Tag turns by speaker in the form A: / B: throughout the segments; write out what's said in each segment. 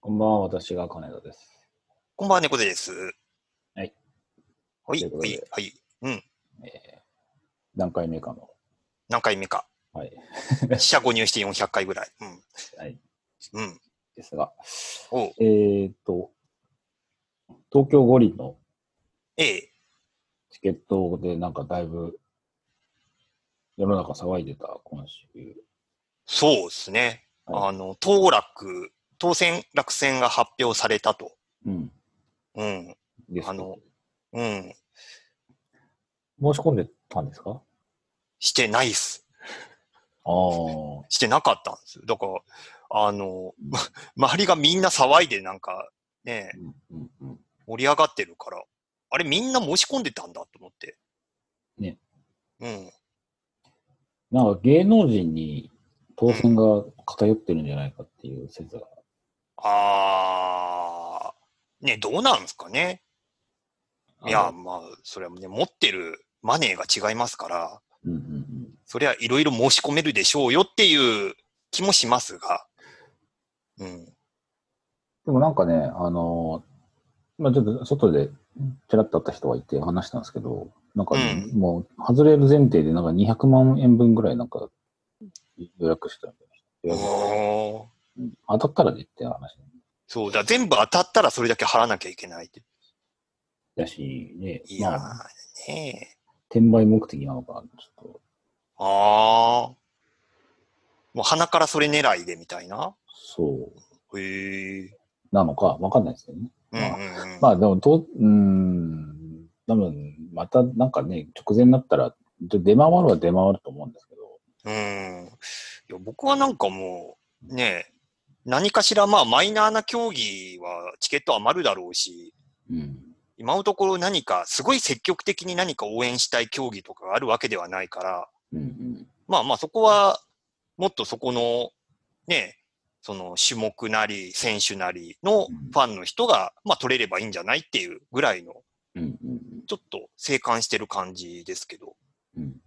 A: こんばんは、私が金田です。
B: こんばんは、猫背です。
A: はい。と
B: はい
A: いう、こと
B: は
A: で
B: い、はい。うん。
A: 何回目かの。
B: 何回目か。
A: はい。
B: 四捨五入して400回ぐらい。うん。
A: はい。
B: うん。
A: ですが、
B: おう
A: えーっと、東京五輪の
B: ええ。
A: チケットでなんかだいぶ世の中騒いでた、今週。
B: そうですね。
A: はい
B: あの、当落、当選落選が発表されたと。
A: うん。
B: うん。
A: ですけど
B: あの、うん。
A: 申し込んでたんですか
B: してないっす。
A: ああ。
B: してなかったんですよ。だから、あの、 ま周りがみんな騒いで、なんか、ね、
A: うんうんうん。
B: 盛り上がってるから、あれみんな申し込んでたんだと思って。
A: ね。
B: うん。
A: なんか芸能人に当選が偏ってるんじゃないかっていう説が。
B: あー、ね、どうなんですかね。いや、
A: あの。
B: まあ、それはね、持ってるマネーが違いますから、
A: うんうんうん。
B: それはいろいろ申し込めるでしょうよっていう気もしますが、うん。
A: でもなんかね、あのーまあ、ちょっと外でちらっと会った人がいて話したんですけど、なんかね、
B: う
A: もう外れる前提でなんか200万円分ぐらいなんか予約したみたいな。
B: おー
A: 当たったらねって話
B: そうだ、全部当たったらそれだけ払わなきゃいけないって。
A: だし、ね、
B: いや
A: ま
B: ー
A: あ、
B: ね
A: 転売目的なのか、ちょっと、
B: ああー。もう鼻からそれ狙いでみたいな。
A: そう、
B: へえ。
A: なのか、わかんないですけどね。
B: うんうんうん。
A: まあでも、と、うーん、多分、またなんかね、直前になったら、ちょ出回るは出回ると思うんですけど、
B: うん。いや、僕はなんかもう、ねえ、何かしら、まあ、マイナーな競技はチケット余るだろうし、
A: うん。
B: 今のところ何か、すごい積極的に何か応援したい競技とかがあるわけではないから、
A: うんうん。
B: まあまあ、そこは、もっとそこの、ねえ、その種目なり、選手なりの
A: うん
B: ファンの人が、まあ、取れればいいんじゃないっていうぐらいの、
A: うんうん
B: ちょっと静観してる感じですけど。
A: うん。うん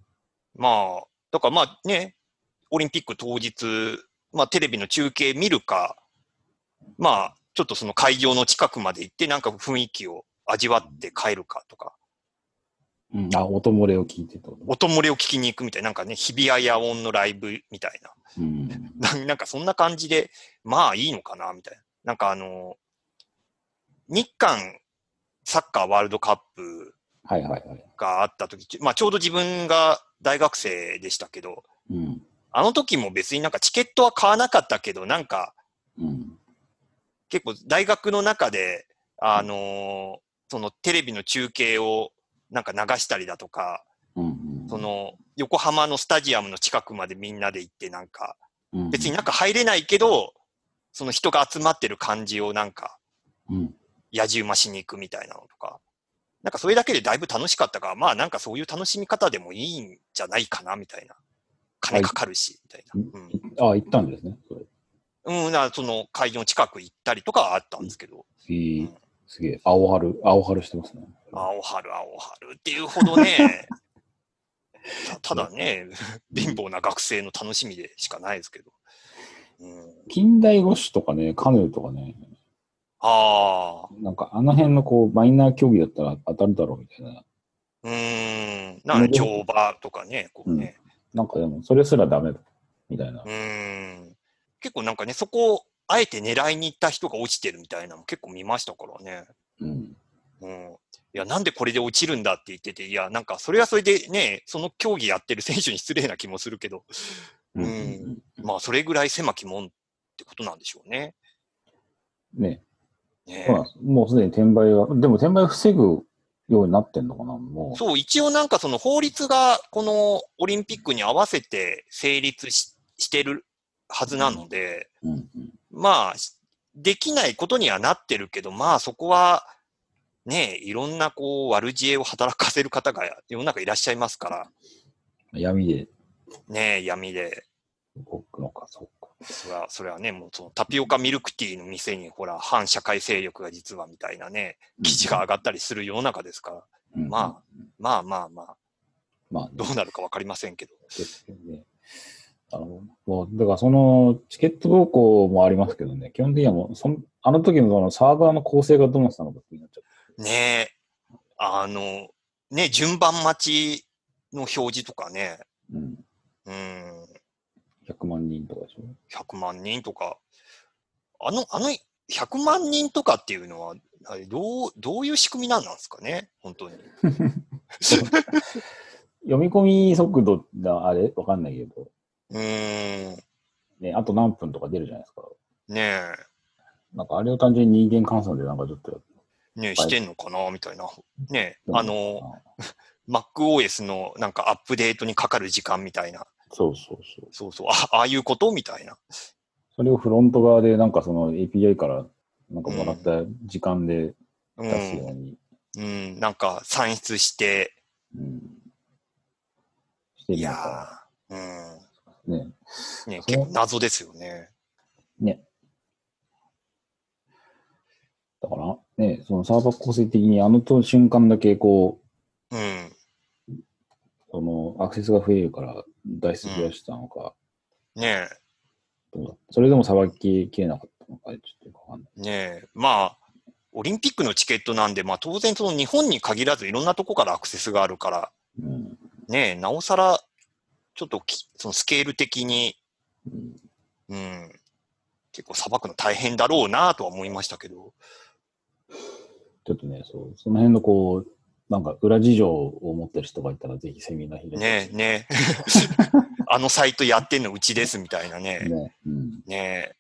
B: まあ、だからまあね、オリンピック当日、まあテレビの中継見るか、まあちょっとその会場の近くまで行ってなんか雰囲気を味わって帰るかとか、
A: うん、あ、音漏れを聞いてってこと
B: 音漏れを聞きに行くみたいな、なんかね、日比谷野音のライブみたい
A: うん。
B: な、 ななんかそんな感じで、まあいいのかな、みたいな。なんかあの、日韓サッカーワールドカップ
A: はいはいはい。
B: があった時、まあちょうど自分が大学生でしたけど、
A: うん。
B: あの時も別になんかチケットは買わなかったけど、なんか
A: うん。
B: 結構大学の中で、あのーそのテレビの中継をなんか流したりだとか、
A: うん。
B: そ、の横浜のスタジアムの近くまでみんなで行ってなんか、
A: うん、
B: 別に。なんか入れないけど、その人が集まってる感じをなんか、
A: うん。
B: やじ馬しに行くみたいなのとか、なんかそれだけでだいぶ楽しかったから、まあなんかそういう楽しみ方でもいいんじゃないかなみたいな。金かかるし、みたいな。うん
A: あ、行ったんですね。それ
B: うん、なその会場の近く行ったりとかはあったんですけど、
A: えー、すげえ、青春、青春してますね。
B: 青春、青春っていうほど ね、たただね、貧乏な学生の楽しみでしかないですけど。うん、
A: 近代五種とかね、カヌーとかね、
B: ああ、
A: なんかあの辺のこう、マイナー競技だったら当たるだろうみたいな。
B: うーん、なんか乗馬とかね、こうね、
A: なんかでも、それすらダメだ。みたいな
B: う。ーん、結構なんかね、そこをあえて狙いに行った人が落ちてるみたいなのも結構見ましたからね。
A: うん。
B: うんいや、なんでこれで落ちるんだって言ってて、いや、なんか、それはそれでね、その競技やってる選手に失礼な気もするけど、
A: うん。
B: まあ、それぐらい狭きもんってことなんでしょうね。
A: ね、
B: ね
A: まあ、もうすでに転売は、でも転売防ぐようになってんのかな、もう。
B: そう、一応なんかその法律がこのオリンピックに合わせて成立ししてるはずなので、
A: う。うん。うん
B: まあ、しできないことにはなってるけど、まあそこは、ね、いろんなこう悪知恵を働かせる方が世の中いらっしゃいますから、
A: 闇で
B: ね、闇で、
A: 動くのか、そうか。
B: それは、それはね、もうそのタピオカミルクティーの店に、ほら、反社会勢力が実はみたいなね、記事が上がったりする世の中ですから、
A: うん、
B: まあまあまあまあ、
A: まあね、
B: どうなるかわかりませんけど。
A: ですよね。なるほど。だからそのチケット動向もありますけどね、基本的にはもうそん、あの時のそのサーバーの構成がどうなってたのか気になっちゃう。
B: ねえ、あの、ね、順番待ちの表示とかね、
A: うん。
B: うん、
A: 100万人とかでしょ。
B: 100万人とか、あの、あの、100万人とかっていうのは、あれどう、どういう仕組みなんなんですかね、本当に。
A: 読み込み速度だ、あれわかんないけど、
B: うーん、
A: ね、あと何分とか出るじゃないですか。
B: ねえ、
A: なんかあれを単純に人間換算でなんかちょっとやっ
B: ねえ、
A: い
B: してんのかな、みたいな。ね
A: う、
B: え
A: ん
B: あの、MacOS のなんかアップデートにかかる時間みたいな。
A: そうそうそう。
B: そうそう、あ、ああいうことみたいな。
A: それをフロント側でなんかその API からなんかもらった時間で
B: う、
A: 出すようんに、
B: うん、なんか算出して、
A: うんして
B: い
A: るの
B: や
A: か
B: ー、うん。
A: ね。
B: ね、
A: そ
B: 結
A: の
B: 構謎ですよね。
A: だから、ね、そのサーバー構成的にあのと瞬間だけこう、
B: うん。
A: そのアクセスが増えるから台数増やしたのか、
B: ね
A: どうだそれでもさばききれなかったのか、ちょっとよくわかんない。
B: え、ねえ。まあ、オリンピックのチケットなんで、まあ当然その日本に限らずいろんなとこからアクセスがあるから、
A: うん。
B: ねえ、なおさら、ちょっときそのスケール的に、
A: うん
B: うん、結構さばくの大変だろうなとは思いましたけど、
A: ちょっとね、そう、その辺のこう、なんか裏事情を持ってる人がいたら、ぜひセミナー開いて
B: ねえ、ねえ。 あのサイトやってんのうちですみたいなね。
A: ね。うん。
B: ね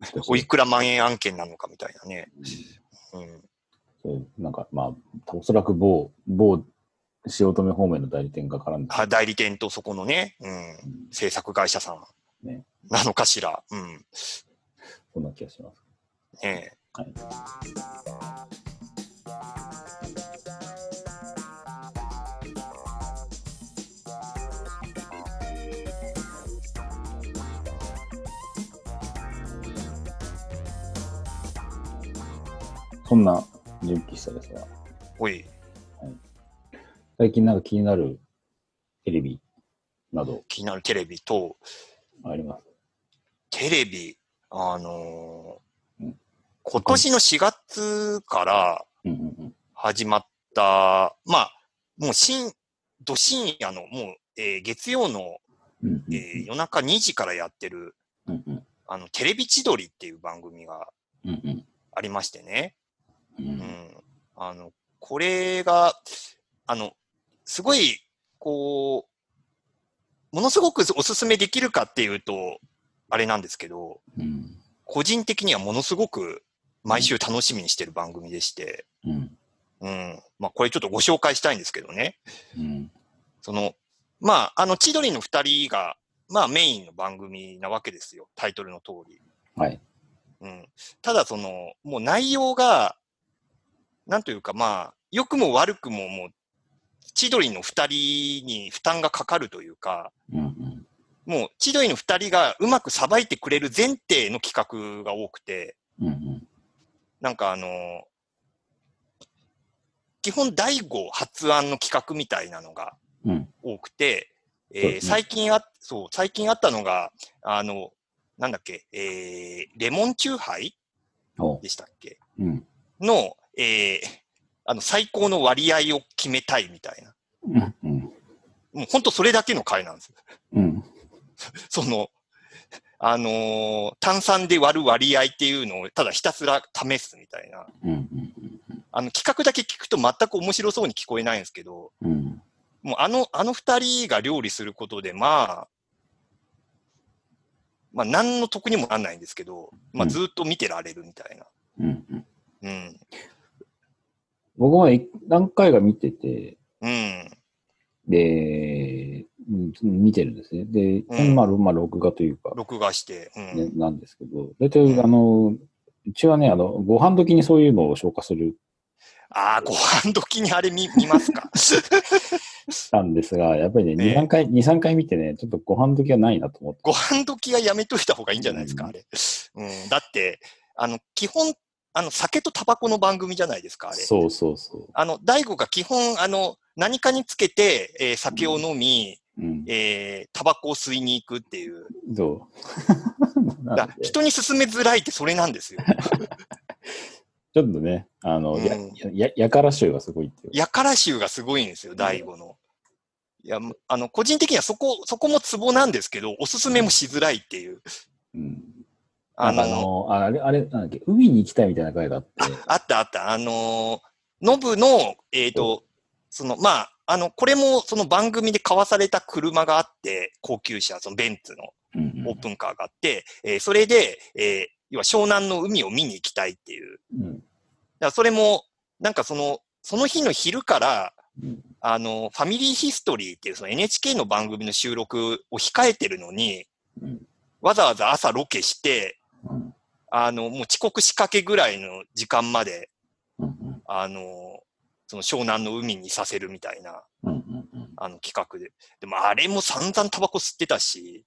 B: え、
A: そ
B: お
A: う
B: いくら万円案件なのかみたいなね。うん。
A: そうなんか、まあ、おそらく某、某、汐留方面の代理店が絡んで、
B: あ代理店とそこのね、うん、
A: うん
B: 制作会社さん、
A: ね
B: なのかしら。うん。
A: そんな気がします。
B: ねえ
A: はい。そんな純喫茶ですが、
B: おい、
A: 最近なんか気になるテレビなど
B: 気になるテレビと、
A: あります。
B: テレビ、あのー
A: うん
B: 今年の4月から
A: うんうん
B: 始まった、まあ、もう新、ど深夜の、もう、えー月曜の、
A: うん。うん
B: えー夜中2時からやってる、
A: うんうん
B: あの、テレビ千鳥っていう番組が
A: うんうん
B: ありましてね。
A: う
B: うんん、あのこれがあのすごいこうものすごくおすすめできるかっていうとあれなんですけど
A: うん
B: 個人的にはものすごく毎週楽しみにしてる番組でして、
A: うん
B: うんまあ、これちょっとご紹介したいんですけどね
A: うん
B: そのまああの千鳥の2人が、まあ、メインの番組なわけですよタイトルの通り。
A: はい。
B: うん、ただその、もう内容が、なんというかまあ、良くも悪くももう、千鳥の二人に負担がかかるというか、
A: うんうん
B: もう千鳥の二人がうまくさばいてくれる前提の企画が多くて、
A: うんうん
B: なんかあの、基本第五発案の企画みたいなのが
A: うん
B: 多くて、えー
A: そうですね
B: 最近あ、そう、最近あったのが、あの、なんだっけ、えーレモンチューハイ
A: お
B: でしたっけ
A: うん
B: の、えーあの最高の割合を決めたいみたいな。
A: うんうん
B: もう本当それだけの回なんです。
A: うん
B: その、あのー炭酸で割る割合っていうのをただひたすら試すみたいな。
A: うんうん
B: あの企画だけ聞くと全く面白そうに聞こえないんですけど、
A: うん
B: もうあの、あの二人が料理することで、まあ、まあ何の得にもなんないんですけど、まあずっと見てられるみたいな。
A: うんうん
B: うん。
A: 僕もい何回か見てて、
B: うん。
A: で、うん見てるんですね。で、
B: うん
A: まあ、まあ、録画というか、
B: 録画して。うん。
A: ね、なんですけど、大体、
B: うん
A: あの、うちはね、あの、ご飯時にそういうのを消化する、
B: ああ、ご飯時にあれ見見ますか。
A: したんですが、やっぱり
B: ええ
A: ね、2、3回、二三回見てね、ちょっとご飯時はないなと思って。
B: ご飯時はやめといた方がいいんじゃないですか、
A: うん
B: あれ。うん、だって、あの、基本、あの、酒とタバコの番組じゃないですか、あれ。
A: そうそうそう。
B: あの、大悟が基本、あの、何かにつけて、えー酒を飲み、
A: うん。
B: えー、タバコを吸いに行くっていう。
A: どう な
B: だ
A: んで
B: 人に勧めづらいってそれな んですよ。
A: ちょっとね、あの、や
B: うん
A: や、やから臭がすごいっていう。
B: やから臭がすごいんですよ、大悟の。いや、あの、個人的にはそこ、そこもツボなんですけど、おすすめもしづらいっていう。
A: うん。
B: あの、
A: あの、あれ、あれ、なんだっけ、海に行きたいみたいな回 があって、
B: あったあった。あのーノブの、えっ、と、その、まあ、あの、これもその番組で買わされた車があって、高級車、そのベンツの
A: うん
B: オープンカーがあって、えーそれで、えー要は湘南の海を見に行きたいっていう。
A: うん。うん
B: だからそれも、なんかその、その日の昼から、
A: うん
B: あの、ファミリーヒストリーっていうその NHK の番組の収録を控えてるのに、
A: うん
B: わざわざ朝ロケして、
A: うん
B: あの、もう遅刻しかけぐらいの時間まで、
A: うん
B: あの、その湘南の海にさせるみたいな、
A: うんうんうん
B: あの企画で。でもあれも散々タバコ吸って たし、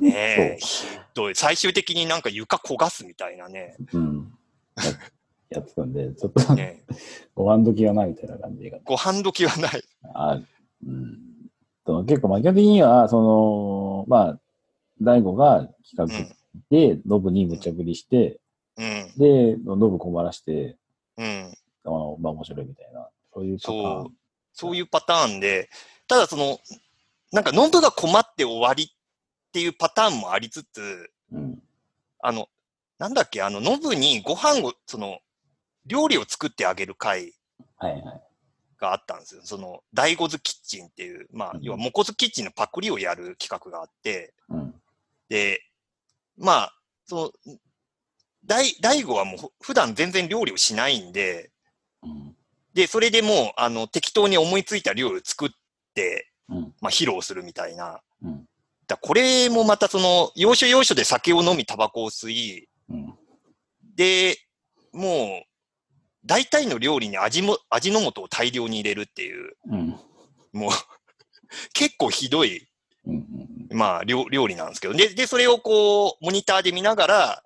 B: ねえ、ひどい。最終的になんか床焦がすみたいな ね。
A: うんややってたんで、ちょっと、
B: ねえ
A: ご飯時がないみたいな感じが。
B: ご飯時はない。
A: あうん、と結構、まあ、基本的には、その、まあ、大悟が
B: う
A: 企
B: ん
A: 画。で、ノブに無茶ぶりして、
B: うん。
A: で、ノブ困らして、
B: うん。
A: あのまあ、面白いみたいな、そういうパター
B: そう
A: ン。、
B: そういうパターンで、ただその、なんかノブが困って終わりっていうパターンもありつつ、
A: うん。
B: あの、なんだっけ、あの、ノブにご飯を、その、料理を作ってあげる会
A: はいはい。
B: があったんですよ。その、大五ズキッチンっていう、まあ
A: う、ん
B: 要はモコズキッチンのパクリをやる企画があって、
A: うん。
B: で、まあ、その、大、大悟はもうふ普段全然料理をしないんで、
A: うん。
B: で、それでもう、あの、適当に思いついた料理を作って、
A: うん。
B: まあ、披露するみたいな。
A: うん。
B: だこれもまたその、要所要所で酒を飲み、タバコを吸い、
A: うん。
B: で、もう、大体の料理に味も、味の素を大量に入れるっていう、
A: うん。
B: もう、 結構ひどい、
A: うん。
B: まあ、料料理なんですけど、で、で、それをこう、モニターで見ながら、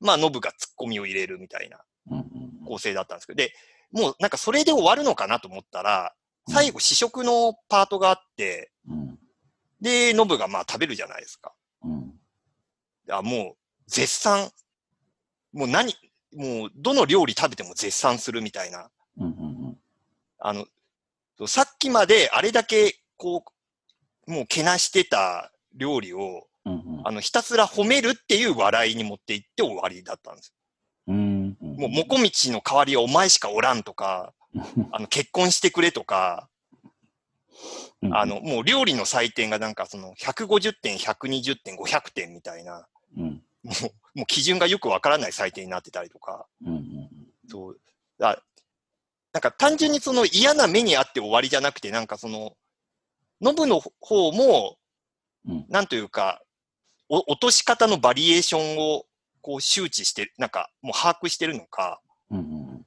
B: まあ、ノブがツッコミを入れるみたいな
A: うん。
B: 構成だったんですけど、で、もうなんかそれで終わるのかなと思ったら、最後試食のパートがあって、
A: うん。
B: で、ノブがまあ食べるじゃないですか。
A: うん。
B: あ、もう、絶賛。もう何、もう、どの料理食べても絶賛するみたいな。
A: うん。うん。
B: あの、そうさっきまであれだけ、こう、もうけなしてた料理を、
A: うん。
B: あの、ひたすら褒めるっていう笑いに持っていって終わりだったんです
A: うん。
B: よ。もう、もこみちの代わりはお前しかおらんとか、あの、結婚してくれとか、
A: うん
B: あ、の、もう料理の採点がなんかその、150点、120点、500点みたいな、
A: うん。
B: もう、もう基準がよくわからない採点になってたりとか、
A: うん。
B: そう。あなんか単純にその嫌な目にあって終わりじゃなくて、なんかその、ノブの方も、
A: うん
B: なんというか、お落とし方のバリエーションをこう周知してる、なんかもう把握してるのか、
A: うん。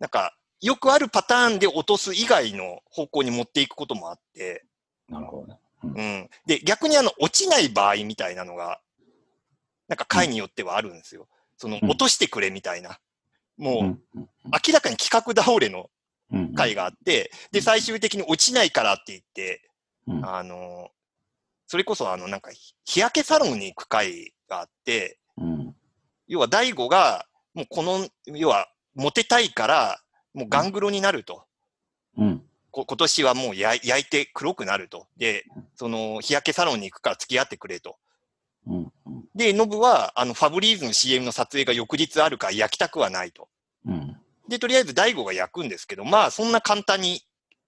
B: なんかよくあるパターンで落とす以外の方向に持っていくこともあって、
A: なるほどね。
B: うん。で、逆にあの、落ちない場合みたいなのが、なんか回によってはあるんですよ。その、
A: うん
B: 落としてくれみたいな。もう、
A: うん。
B: 明らかに企画倒れの
A: うん。
B: 回があって、で、最終的に落ちないからって言って、
A: うん
B: あの、それこそあの、なんか、ひ日焼けサロンに行く回があって、
A: うん。
B: 要は大悟が、もうこの、要は、モテたいから、もうガングロになると。
A: うん。
B: こ今年はもうや焼いて黒くなると。で、その、日焼けサロンに行くから付き合ってくれと。
A: うん。
B: で、ノブは、あの、ファブリーズの CM の撮影が翌日あるから焼きたくはないと。
A: うん。
B: で、とりあえず大悟が焼くんですけど、まあ、そんな簡単に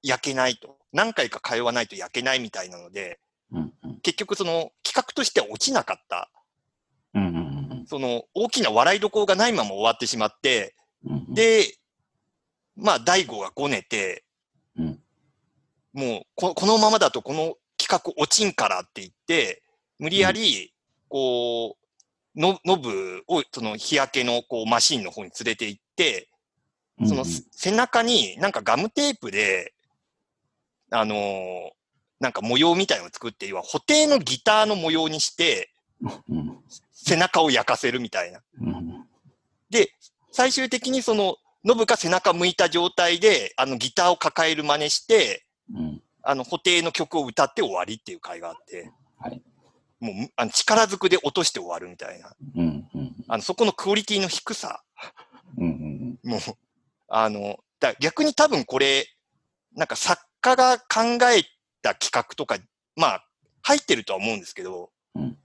B: 焼けないと。何回か通わないと焼けないみたいなので、
A: うん。
B: 結局その企画としては落ちなかった。
A: うん。
B: その大きな笑いどころがないまま終わってしまって、
A: うん。、
B: で、まあ、大悟がごねて、
A: うん
B: もうこ、このままだとこの企画落ちんからって言って、無理やり、こう、のノブをその日焼けのこうマシンの方に連れて行って、そのせ背中になんかガムテープで、あのーなんか模様みたいのを作って、要は補定のギターの模様にして、
A: うん。
B: 背中を焼かせるみたいな。
A: うん。
B: で、最終的にその、ノブが背中向いた状態で、あのギターを抱える真似して、
A: うん。
B: あの固定の曲を歌って終わりっていう回があって、
A: はい
B: もうむあの力ずくで落として終わるみたいな、
A: うんうん
B: あのそこのクオリティの低さ、
A: うんうん
B: もう、あの、だ逆に多分これ、なんか作家が考えた企画とか、まあ、入ってるとは思うんですけど、
A: うん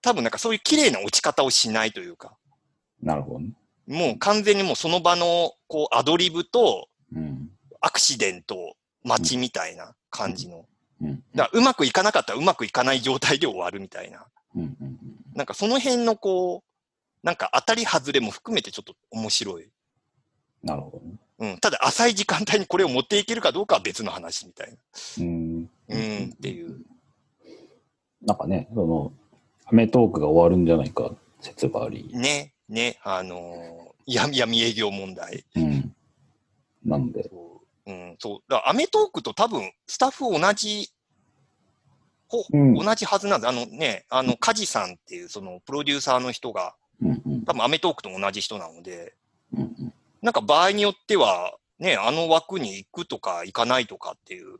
B: 多分なんかそういう綺麗な落ち方をしないというか、
A: なるほどね。
B: もう完全にもうその場のこうアドリブと
A: うん
B: アクシデント、待ちみたいな感じの。
A: うん
B: だからうまくいかなかったらうまくいかない状態で終わるみたいな。
A: うんうんうん
B: なんかその辺のこう、なんか当たり外れも含めてちょっと面白い。
A: なるほどね。
B: うん、ただ浅い時間帯にこれを持っていけるかどうかは別の話みたいな。
A: うん
B: うん、っていう。
A: なんかね、その、アメトークが終わるんじゃないか説があり、
B: ね、ね、あのー闇、闇営業問題。
A: うん。なので、
B: そう。うん、そう。だからアメトークと多分、スタッフ同じ、ほ
A: うん
B: 同じはずなんです。あのね、あの、カジさんっていう、その、プロデューサーの人が、
A: うんうん
B: 多分アメトークと同じ人なので、
A: うんうん
B: なんか場合によっては、ね、あの枠に行くとか行かないとかっていう。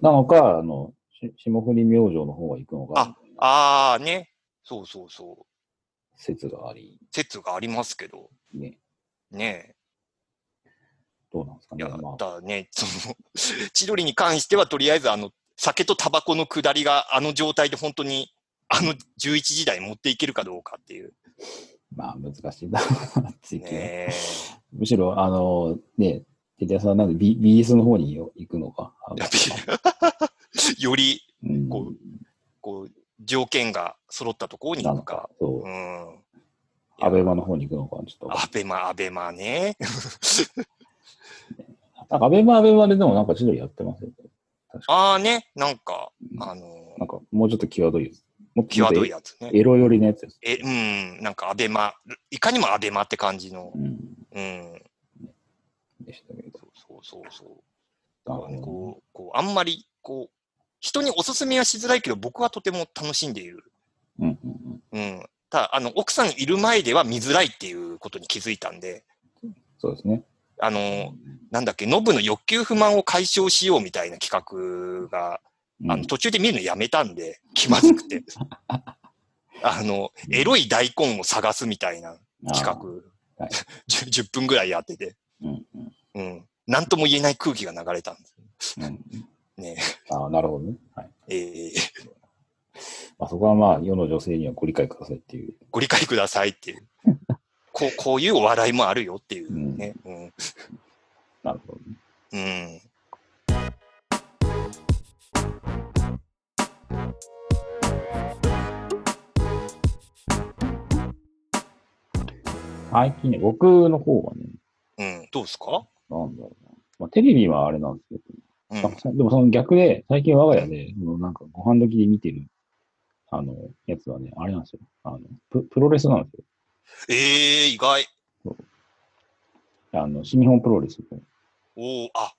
A: なのか、あの、し霜降り明星の方が行くのが
B: あーね、そうそうそう。
A: 説があり、
B: 説がありますけど、
A: ね、
B: ね
A: どうなんですか
B: い
A: ね。
B: や、
A: まあ、
B: だね、そ の、千鳥に関しては、とりあえず、あの、酒とタバコの下りが、あの状態で本当に、あの11時台持っていけるかどうかっていう。
A: まあ、難しいな、追求は。
B: ねえ
A: むしろ、あの、ね、テレ朝さんなんで B- BS の方によ行くのか。あの
B: やっぱり より、
A: うん
B: こうこう、条件が揃ったところに
A: な
B: 行
A: の
B: くか
A: か。、そうう、
B: ん。
A: アベマの方に行くのか、ちょっと。
B: アベマ、アベマね。
A: なんかアベマアベマででもなんか千鳥やってますよね。
B: ああね、なんか、
A: うん
B: あの
A: な、んかもうちょっと際どいやつ。もっと
B: 際どい
A: や
B: やつね。
A: エロ寄りのやつです。
B: え、うん、なんかアベマ、いかにもアベマって感じの
A: う、ん。
B: うん、
A: でしたけど。
B: そうそうそうそう。
A: なるほどね
B: こう、こう、あんまり、こう、人におすすめはしづらいけど、僕はとても楽しんでいる。
A: うんうんうん。
B: うん。ただ、あの、奥さんいる前では見づらいっていうことに気づいたんで、
A: そうですね。
B: あの、なんだっけ、ノブの欲求不満を解消しようみたいな企画が、
A: うん
B: あの、途中で見るのやめたんで、気まず くて。あの、エロい大根を探すみたいな企
A: あー
B: 画、
A: はい
B: 10, 10分ぐらいやってて、
A: うんうん
B: うん。なんとも言えない空気が流れたんです。
A: うん
B: ね
A: あーなるほどね。はい。
B: えー
A: まあそこはまあ世の女性にはご理解くださいっていう。
B: ご理解くださいっ ていう。こうこういうお笑いもあるよっていうね。うん。
A: なるほどね。
B: うん。
A: 最近ね、僕の方はね、
B: うん。どうですか
A: なんだろうな。まあテレビはあれなんですけど、
B: うん。
A: あさでもその逆で、最近我が家で、そのなんかご飯時で見てる、あの、やつはね、あれなんですよ。あの、ププロレスなんですよ。
B: ええー、意外。
A: あの、新日本プロレスの
B: おおあ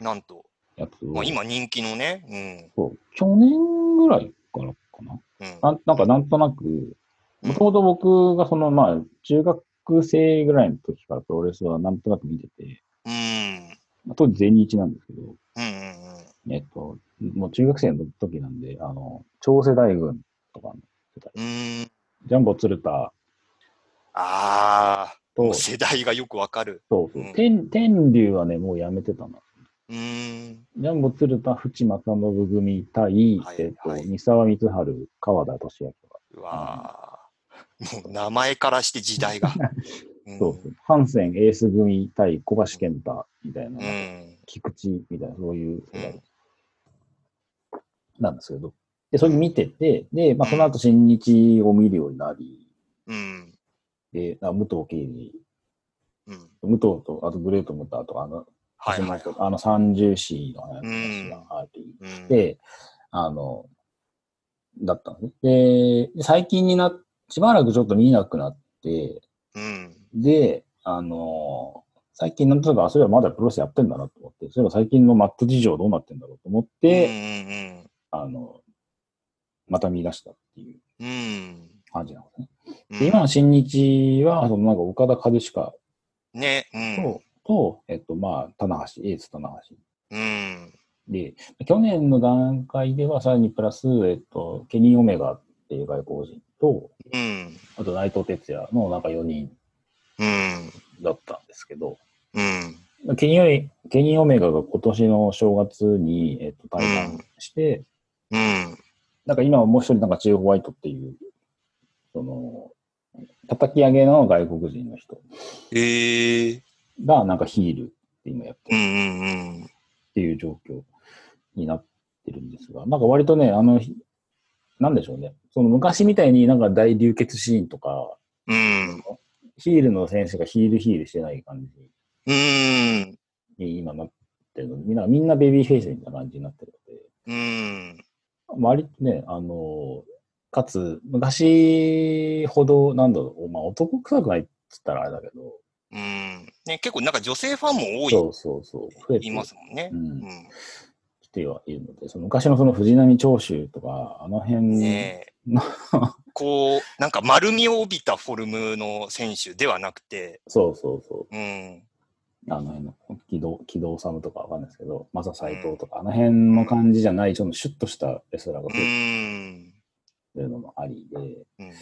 B: なんと。
A: やつを。
B: まあ、今人気のね。
A: そう、去年ぐらいからかな。
B: うん。うん。
A: なんなんかなんとなく、もともと僕がその、まあ、中学生ぐらいの時からプロレスはなんとなく見てて、
B: うん。
A: まあ当時全日なんですけど、
B: うんうんうん。
A: えっと、もう中学生の時なんで、あの、長世大軍とかの、
B: うん。
A: ジャンボ鶴田
B: ああ。も
A: と、
B: う
A: そう
B: 世代がよくわかる。
A: そう
B: うん
A: 天、天竜はね、もうやめてたな。
B: うん。
A: ジャンボ鶴田、淵正信組対、
B: はい
A: えっと、
B: はい
A: 三沢光晴、川田俊明とか、
B: うわーもう名前からして時代 が。うん
A: そうそう、ハンセンエース組対小橋健太みたいな、
B: うん。
A: 菊池みたいな、そういう世
B: う
A: 代なんですけど。で、それ見てて、で、まあ、その後、新日を見るようになり、
B: うん。
A: で、あ武藤敬司、
B: う
A: 武
B: ん。
A: 藤と、あとグレートムタとか、あの、
B: はいはい、
A: 橋
B: は
A: 本あの三重師の話があり、
B: い。うん、
A: で、あの、だったんですね。で、最近になっ、しばらくちょっと見なくなって、
B: うん。
A: で、あの、最近なんとなく、あ、そういえばまだプロレスやってんだなと思って、そういえば最近のマット事情どうなってんだろうと思って、あの、また見出したっていう
B: うんうんうん、
A: 感じなんですね。
B: うん。
A: で今の新日は、そのなんか岡田和親
B: ね、うん。
A: と、と、えっと、まあ、棚橋、エース棚
B: うん。
A: で、去年の段階ではさらにプラス、えっと、ケニー・オメガっていう外交人と、
B: うん。
A: あと内藤哲也のなんか4人
B: うん。
A: だったんですけど、
B: うん。
A: ケニーオメケニーオメガが今年の正月に、えっと、対談して、
B: うん。
A: なんか今はもう一人なんかチーフ・ホワイトっていう、その、叩き上げの外国人の人
B: ええ
A: がなんかヒールって今やって
B: う
A: る
B: んうん
A: っていう状況になってるんですが、なんか割とね、あの、ひなんでしょうね。その昔みたいになんか大流血シーンとか、
B: うん。うん。
A: ヒールの選手がヒールヒールしてない感じ
B: うん。
A: に今なってるので、みんな、みんなベビーフェイスみたいな感じになってるので、
B: うん。
A: 割とね、あの、かつ、昔ほど、なんだろう、まあ男臭くないっつったらあれだけど、
B: うん。ね、結構なんか女性ファンも多い
A: そ
B: っ
A: うそうそう、増
B: て
A: えて
B: 言いますもんね
A: う。、
B: うんん。
A: 来てはいるので、その昔のその藤波長州とか、あの辺、
B: ねえこう、なんか丸みを帯びたフォルムの選手ではなくて、
A: そうそうそ
B: うん。
A: う、あの辺の軌道、軌道サムとかわかんないですけど、まさ斎藤とか、あの辺の感じじゃない、ちょっとシュッとしたレスラーが
B: う
A: 増え
B: ん。
A: てるのもありで、
B: うん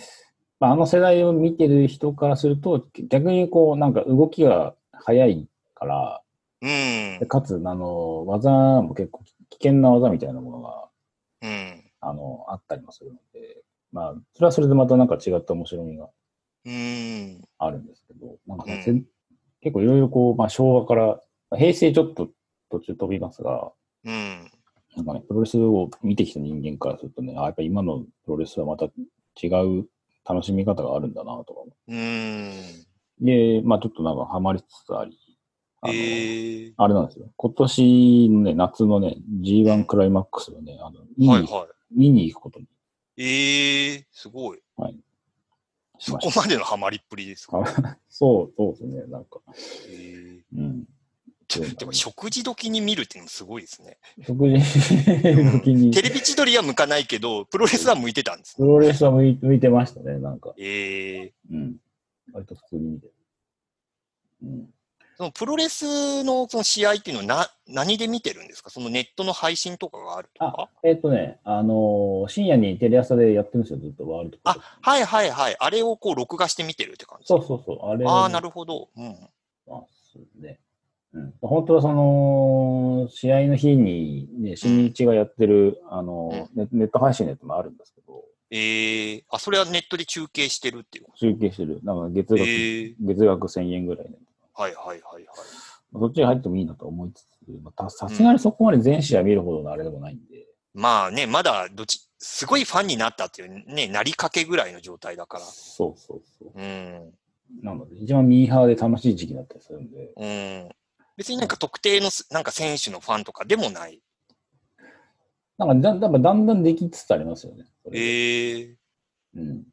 A: まあ、あの世代を見てる人からすると、逆にこう、なんか動きが早いから、
B: うん
A: で。かつ、あの、技も結構危険な技みたいなものが、
B: うん。
A: あの、あったりもするので、まあ、それはそれでまたなんか違った面白みが
B: うん。
A: あるんですけど、なんかね、
B: うん
A: せん結構いろいろこう、まあ、昭和から、まあ平成ちょっと途中飛びますが、
B: うん。
A: なんかね、プロレスを見てきた人間からするとね、あやっぱ今のプロレスはまた違う楽しみ方があるんだなとか思
B: うん。
A: う。で、まあちょっとなんかハマりつつあり、あの、
B: ええ
A: あれなんですよ。今年のね、夏のね、G1 クライマックスのね、あの、見に,、
B: はいは
A: 見に行くことに
B: い。ええすごい。
A: し
B: そ
A: まし
B: こ
A: た。
B: までのハマりっぷりですか。
A: そう、そうですね、なんか。
B: え
A: うん。
B: えでも食事時に見るっていうのすごいですね。
A: 食事
B: うん
A: 向きに。
B: テレビ千鳥は向かないけど、プロレスは向いてたんです
A: プ。ロレスは向い向いてましたね、なんか。
B: ええ
A: うん。割と普通に見てる。うん。
B: そのプロレスのその試合っていうのはな何で見てるんですかそのネットの配信とかがあるとか
A: えっ、とね、あのー深夜にテレ朝でやってるんですよ、ずっとワールドカップ。
B: あ、はいはいはい。あれをこう録画して見てるって感じ。
A: そうそうそう、あれ
B: ああ、な
A: る
B: るほど。うん。
A: ますね。うん、本当はその、試合の日に、ね、新日がやってる、あのーネ、ネット配信のやつもあるんですけど、
B: ええあ、それはネットで中継してるっていうこ
A: 中継してる、なんか月
B: と。
A: 額、
B: ええ
A: 月額1000円ぐらいで、
B: はいはいはいはい。
A: そっちに入ってもいいなと思いつつ、まあたさすがにそこまで全試合見るほどのあれでもないんで、
B: まあね、まだどっち、すごいファンになったっていうね、なりかけぐらいの状態だから。
A: そうそうそう。
B: うん。
A: なので、一番ミーハーで楽しい時期だったりするんで、
B: うん。別になんか特定のすなんか選手のファンとかでもない。
A: なんかだだんだんだんできつつありますよね。それ
B: ええ
A: うん、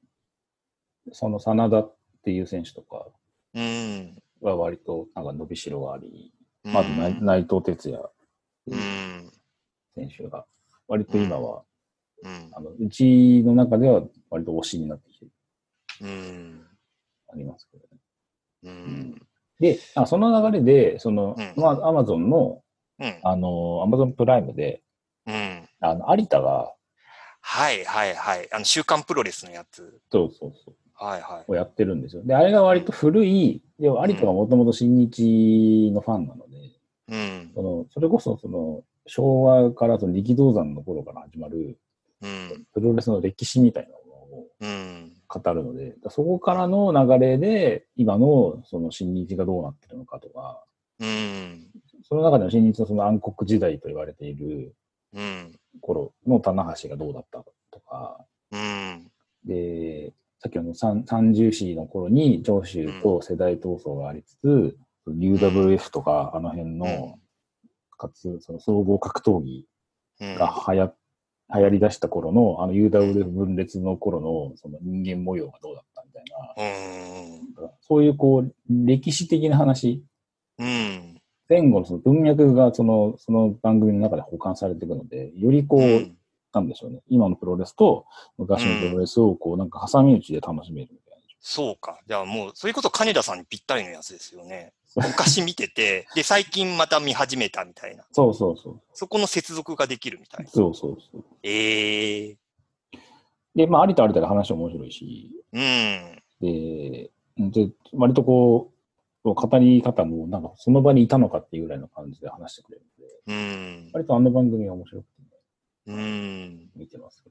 A: その真田っていう選手とか
B: うん。
A: は割となんか伸びしろがあり、
B: うん
A: まず内内藤哲也
B: うん。
A: 選手が、割と今は、
B: うん。
A: あのうちの中では割と推しになってきて
B: うん。
A: ありますけどね。
B: うん。
A: で、あその流れで、その、
B: うん
A: まあ、アマゾンの、
B: うん。
A: あの、アマゾンプライムで、
B: うん。
A: あの、有田が、
B: はいはいはい。あの、週刊プロレスのやつ。
A: そうそうそう、
B: はいはい。
A: をやってるんですよ。で、あれが割と古い、でも有田がもともと新日のファンなので、
B: うん
A: そ。のそれこそその昭和からその力道山の頃から始まる
B: うん。
A: プロレスの歴史みたいなものを
B: うん。
A: 語るので、そこからの流れで今のその新日がどうなってるのかとか、
B: うん。
A: その中での新日のその暗黒時代と言われている
B: うん。
A: 頃の棚橋がどうだったとか、
B: うん。
A: で、さっきの三三重士の頃に長州と世代闘争がありつつ、UWF とかあの辺の、かつその総合格闘技
B: うん。
A: が流行流行り出した頃の、あの UWF 分裂の頃のその人間模様がどうだったみたいな、
B: うん。
A: そういうこう、歴史的な話、
B: うん。
A: 前後のその文脈がそのその番組の中で保管されていくので、よりこう、
B: うん
A: なんでしょうね、今のプロレスと昔のプロレスをこう、なんか挟み撃ちで楽しめるみたいな。
B: そうか。じゃあもう、それこそ金田さんにぴったりのやつですよね。昔見てて、 で、最近また見始めたみたいな。
A: そうそうそう。
B: そこの接続ができるみたいな。
A: そうそうそう。
B: ええ
A: で、まあ、ありとありとで話面白いし、
B: うん。
A: で、で割とこう、語り方も、なんかその場にいたのかっていうぐらいの感じで話してくれるんで、
B: うん。
A: 割とあの番組は面白くて、
B: うん。
A: 見てますけ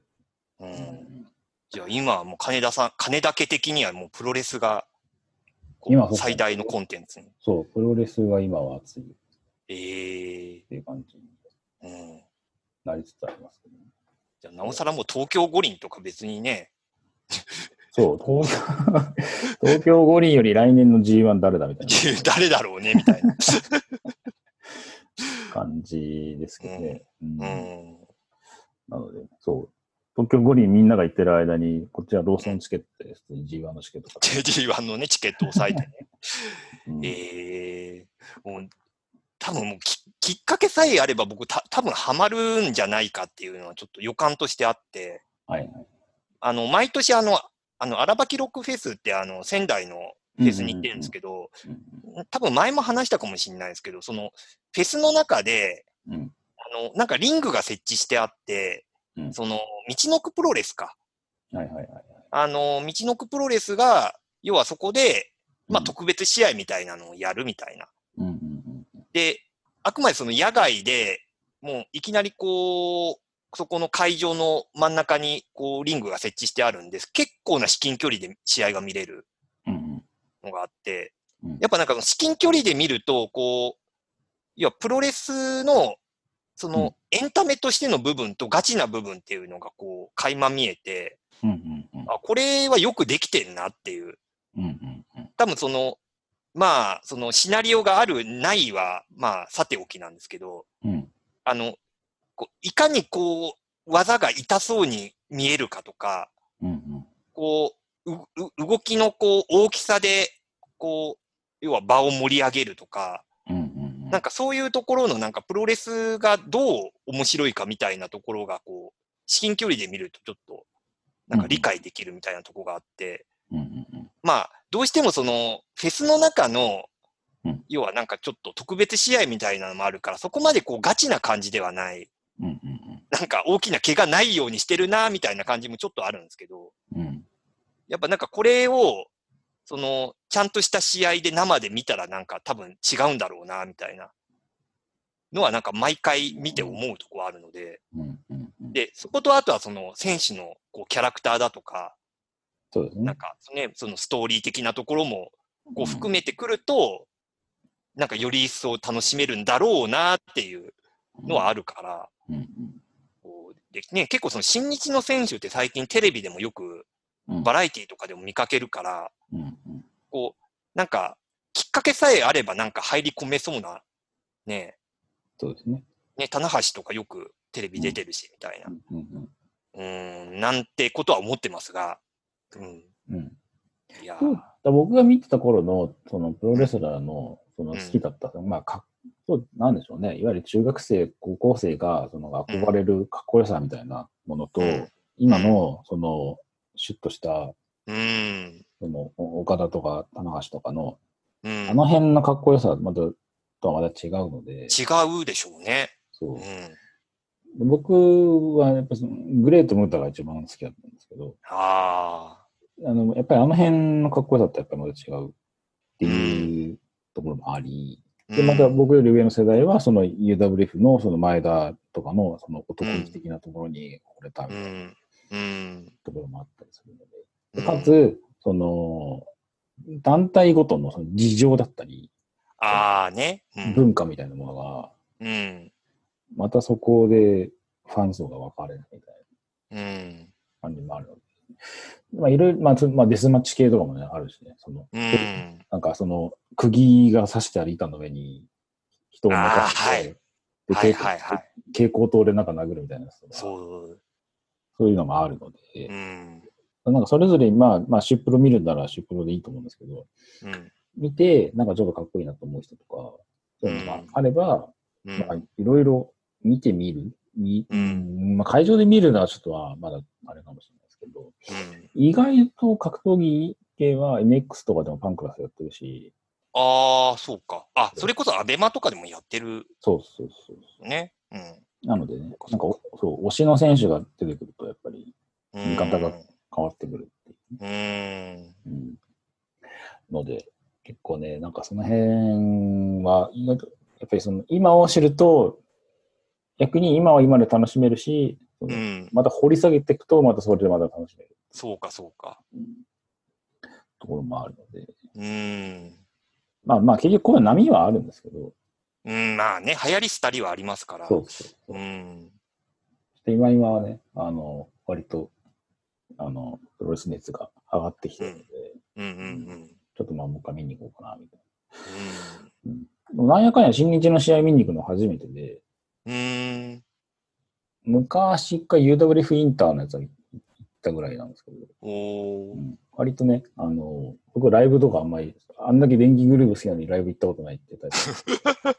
A: ど。
B: うん。じゃあ今はもう金田さん、金田家的にはもうプロレスが、こう
A: 今はそう
B: 最大のコンテンツに。
A: そう、プロレスが今は熱いっ
B: ええ
A: ていう感じに
B: うん。
A: なりつつありますけど、ね、
B: じゃあなおさらもう東京五輪とか別にね、
A: そう、 東京、東京五輪より来年の G1 誰だみたい
B: 誰だろうねみたいな。
A: な感じですけどね。うん
B: うん。
A: なので、そう。東京五輪みんなが行ってる間に、こっちはローソンチケットで普通に G1 のチケットとか。
B: G1 のね、チケットを押さえてね。
A: うん
B: ええもう、多分もうききっかけさえあれば僕た、多分ハマるんじゃないかっていうのはちょっと予感としてあって、
A: はいはい。
B: あの、毎年あの、あの、荒キロックフェスってあの、仙台のフェスに行ってるんですけど、多分前も話したかもしれないですけど、その、フェスの中で、
A: うんうん
B: あの、なんかリングが設置してあって、
A: うん
B: その、道のくプロレスか。
A: はいはいはいはい。
B: あの、道のくプロレスが、要はそこで、まあ、
A: うん
B: 特別試合みたいなのをやるみたいな。
A: うんうん
B: で、あくまでその野外で、もういきなりこう、そこの会場の真ん中に、こう、リングが設置してあるんです。結構な至近距離で試合が見れる
A: うんうん
B: のがあって
A: うん、
B: やっぱなんかその至近距離で見ると、こう、要はプロレスの、そのエンタメとしての部分とガチな部分っていうのがこう、垣間見えて、
A: うんうんうん
B: あ、これはよくできてんなっていう。
A: うんうんうん
B: 多分その、まあ、そのシナリオがある、ないは、まあ、さておきなんですけど、
A: うん
B: あの、こういかにこう、技が痛そうに見えるかとか、
A: うんうん
B: こう、うう動きのこう、大きさで、こう、要は場を盛り上げるとか、
A: うんうん
B: なんかそういうところのなんかプロレスがどう面白いかみたいなところがこう、至近距離で見るとちょっと、なんか理解できるみたいなところがあって、
A: うんうんうん
B: まあ、どうしてもその、フェスの中の
A: うん、
B: 要はなんかちょっと特別試合みたいなのもあるから、そこまでこうガチな感じではない、
A: うんうん
B: なんか大きな怪我ないようにしてるな、みたいな感じもちょっとあるんですけど、
A: うん
B: やっぱなんかこれを、その、ちゃんとした試合で生で見たらなんか多分違うんだろうな、みたいなのはなんか毎回見て思うとこはあるので、
A: うんうんうん
B: で、そことあとはその選手のこうキャラクターだとか、
A: そうです
B: な
A: ね
B: ん。かね、そのストーリー的なところもこう含
A: め
B: めてくると、なんかより一層楽しめるんだろうなっていうのはあるから、
A: うん
B: こうでね、結構その新日の選手って最近テレビでもよく
A: うん
B: バラエティとかでも見かけるから、
A: うんうん
B: こう、なんかきっかけさえあればなんか入り込めそうな、ね、
A: そうですね。
B: ね、棚橋とかよくテレビ出てるしみたいな
A: う、んうん
B: うーん、なんてことは思ってますが、うん、
A: うんうん
B: いやー、
A: そうだから僕が見てた頃の、そのプロレスラーの、その好きだった、まあ、かっそうなんでしょうね。いわゆる中学生、高校生が、その憧れるかっこよさみたいなものと、
B: うん
A: 今の、その、シュッとした、
B: うん、
A: その、お岡田とか、棚橋とかの、
B: う
A: あ
B: ん、
A: の辺のかっこよさはまた、とはまた違うので、
B: 違うでしょうね。
A: そう
B: う。ん
A: で僕は、やっぱその、グレートムータが一番好きだったんですけど、
B: ああ、
A: あの、やっぱりあの辺のかっこよさってやっぱりまた違うっていうところもあり、で、また
B: うん
A: 僕より上の世代は、その UWF のその前田とかのその男気的なところに惚れたみたい
B: う。
A: なん
B: うん。
A: ところもあったりするので。
B: う
A: で
B: ん
A: か、つ、その、団体ごとのその事情だったり、
B: ああね。うん。
A: 文化みたいなものが、
B: うん。
A: またそこでファン層が分かれるみたい
B: うん。
A: な感じもあるので。まあ、いろいろ、まあ、そまあ、デスマッチ系とかもね、あるしね、その、
B: うん。
A: なんかその、釘が刺してある板の上に人を寝かして、
B: あーはい
A: で
B: はいはいはい。
A: 蛍光灯でなんか殴るみたいなやつとか
B: そう。
A: そういうのもあるの
B: う
A: で、
B: ん。
A: なんかそれぞれ、まあ、まあ、シュプロ見るならシュプロでいいと思うんですけど、
B: うん。
A: 見て、なんかちょっとかっこいいなと思う人とか、そういうのがあれば、
B: う
A: まあ、い
B: ん。
A: ろいろ見てみる。み
B: う
A: まあ、会場で見るのはちょっとはまだあれかもしれないですけど、意外と格闘技系は NX とかでもファンクラスやってるし、
B: ああ、そうか。あ、それこそアベマとかでもやってる
A: そうそうそう。
B: ね。うん。
A: なのでね、
B: そ
A: な
B: っ
A: ん
B: か
A: かお、そう、推しの選手が出てくると、やっぱり
B: うん
A: 味方が変わってくるっていう
B: ーん。
A: うんので、結構ね、なんかその辺は、意外とやっぱりその今を知ると、逆に今は今で楽しめるし、その
B: うん。
A: また掘り下げていくと、またそれでまた楽しめる
B: そうか、そうか。
A: ところもあるので、
B: うーん。
A: まあまあ結局この波はあるんですけど、
B: うん、まあね、流行りしたりはありますから。
A: そうそうそう
B: う。ん。
A: で今今はね、あの、割と、あの、プロレス熱が上がってきてるので、
B: うんうんうん。
A: ちょっとまあもう一回見に行こうかな、みたい
B: うん
A: な。でもなんやかんや新日の試合見に行くの初めてで、
B: うーん。
A: 昔一回 UWF インターのやつは行ったぐらいなんですけど、
B: お
A: う
B: ー。
A: ん割とね、あの、僕ライブとかあんまり、あんだけ電気グルーブ好きなのにライブ行ったことないって言 ったり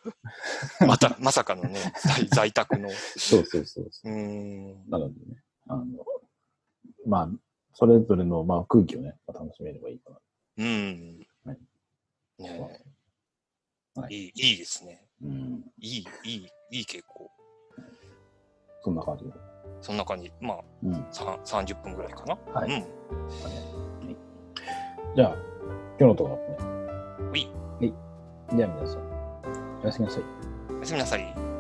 B: また、まさかのね、在在宅の。
A: そうそうそうそう
B: ーん。
A: なのでね、あの、まあ、それぞれの、まあ、空気をね、楽しめればいいかな。
B: うん。
A: はい
B: ね
A: はい
B: いい、いいですね。
A: うん、
B: いい、いい、いい傾向。
A: そんな感じで。
B: そんな感じ。まあ、
A: うん。
B: さん30分ぐらいかな。
A: はい
B: うん。
A: じゃあ、今日のところはね。
B: はい
A: はい。じゃあ皆さん、おやすみなさい。
B: おやすみなさい。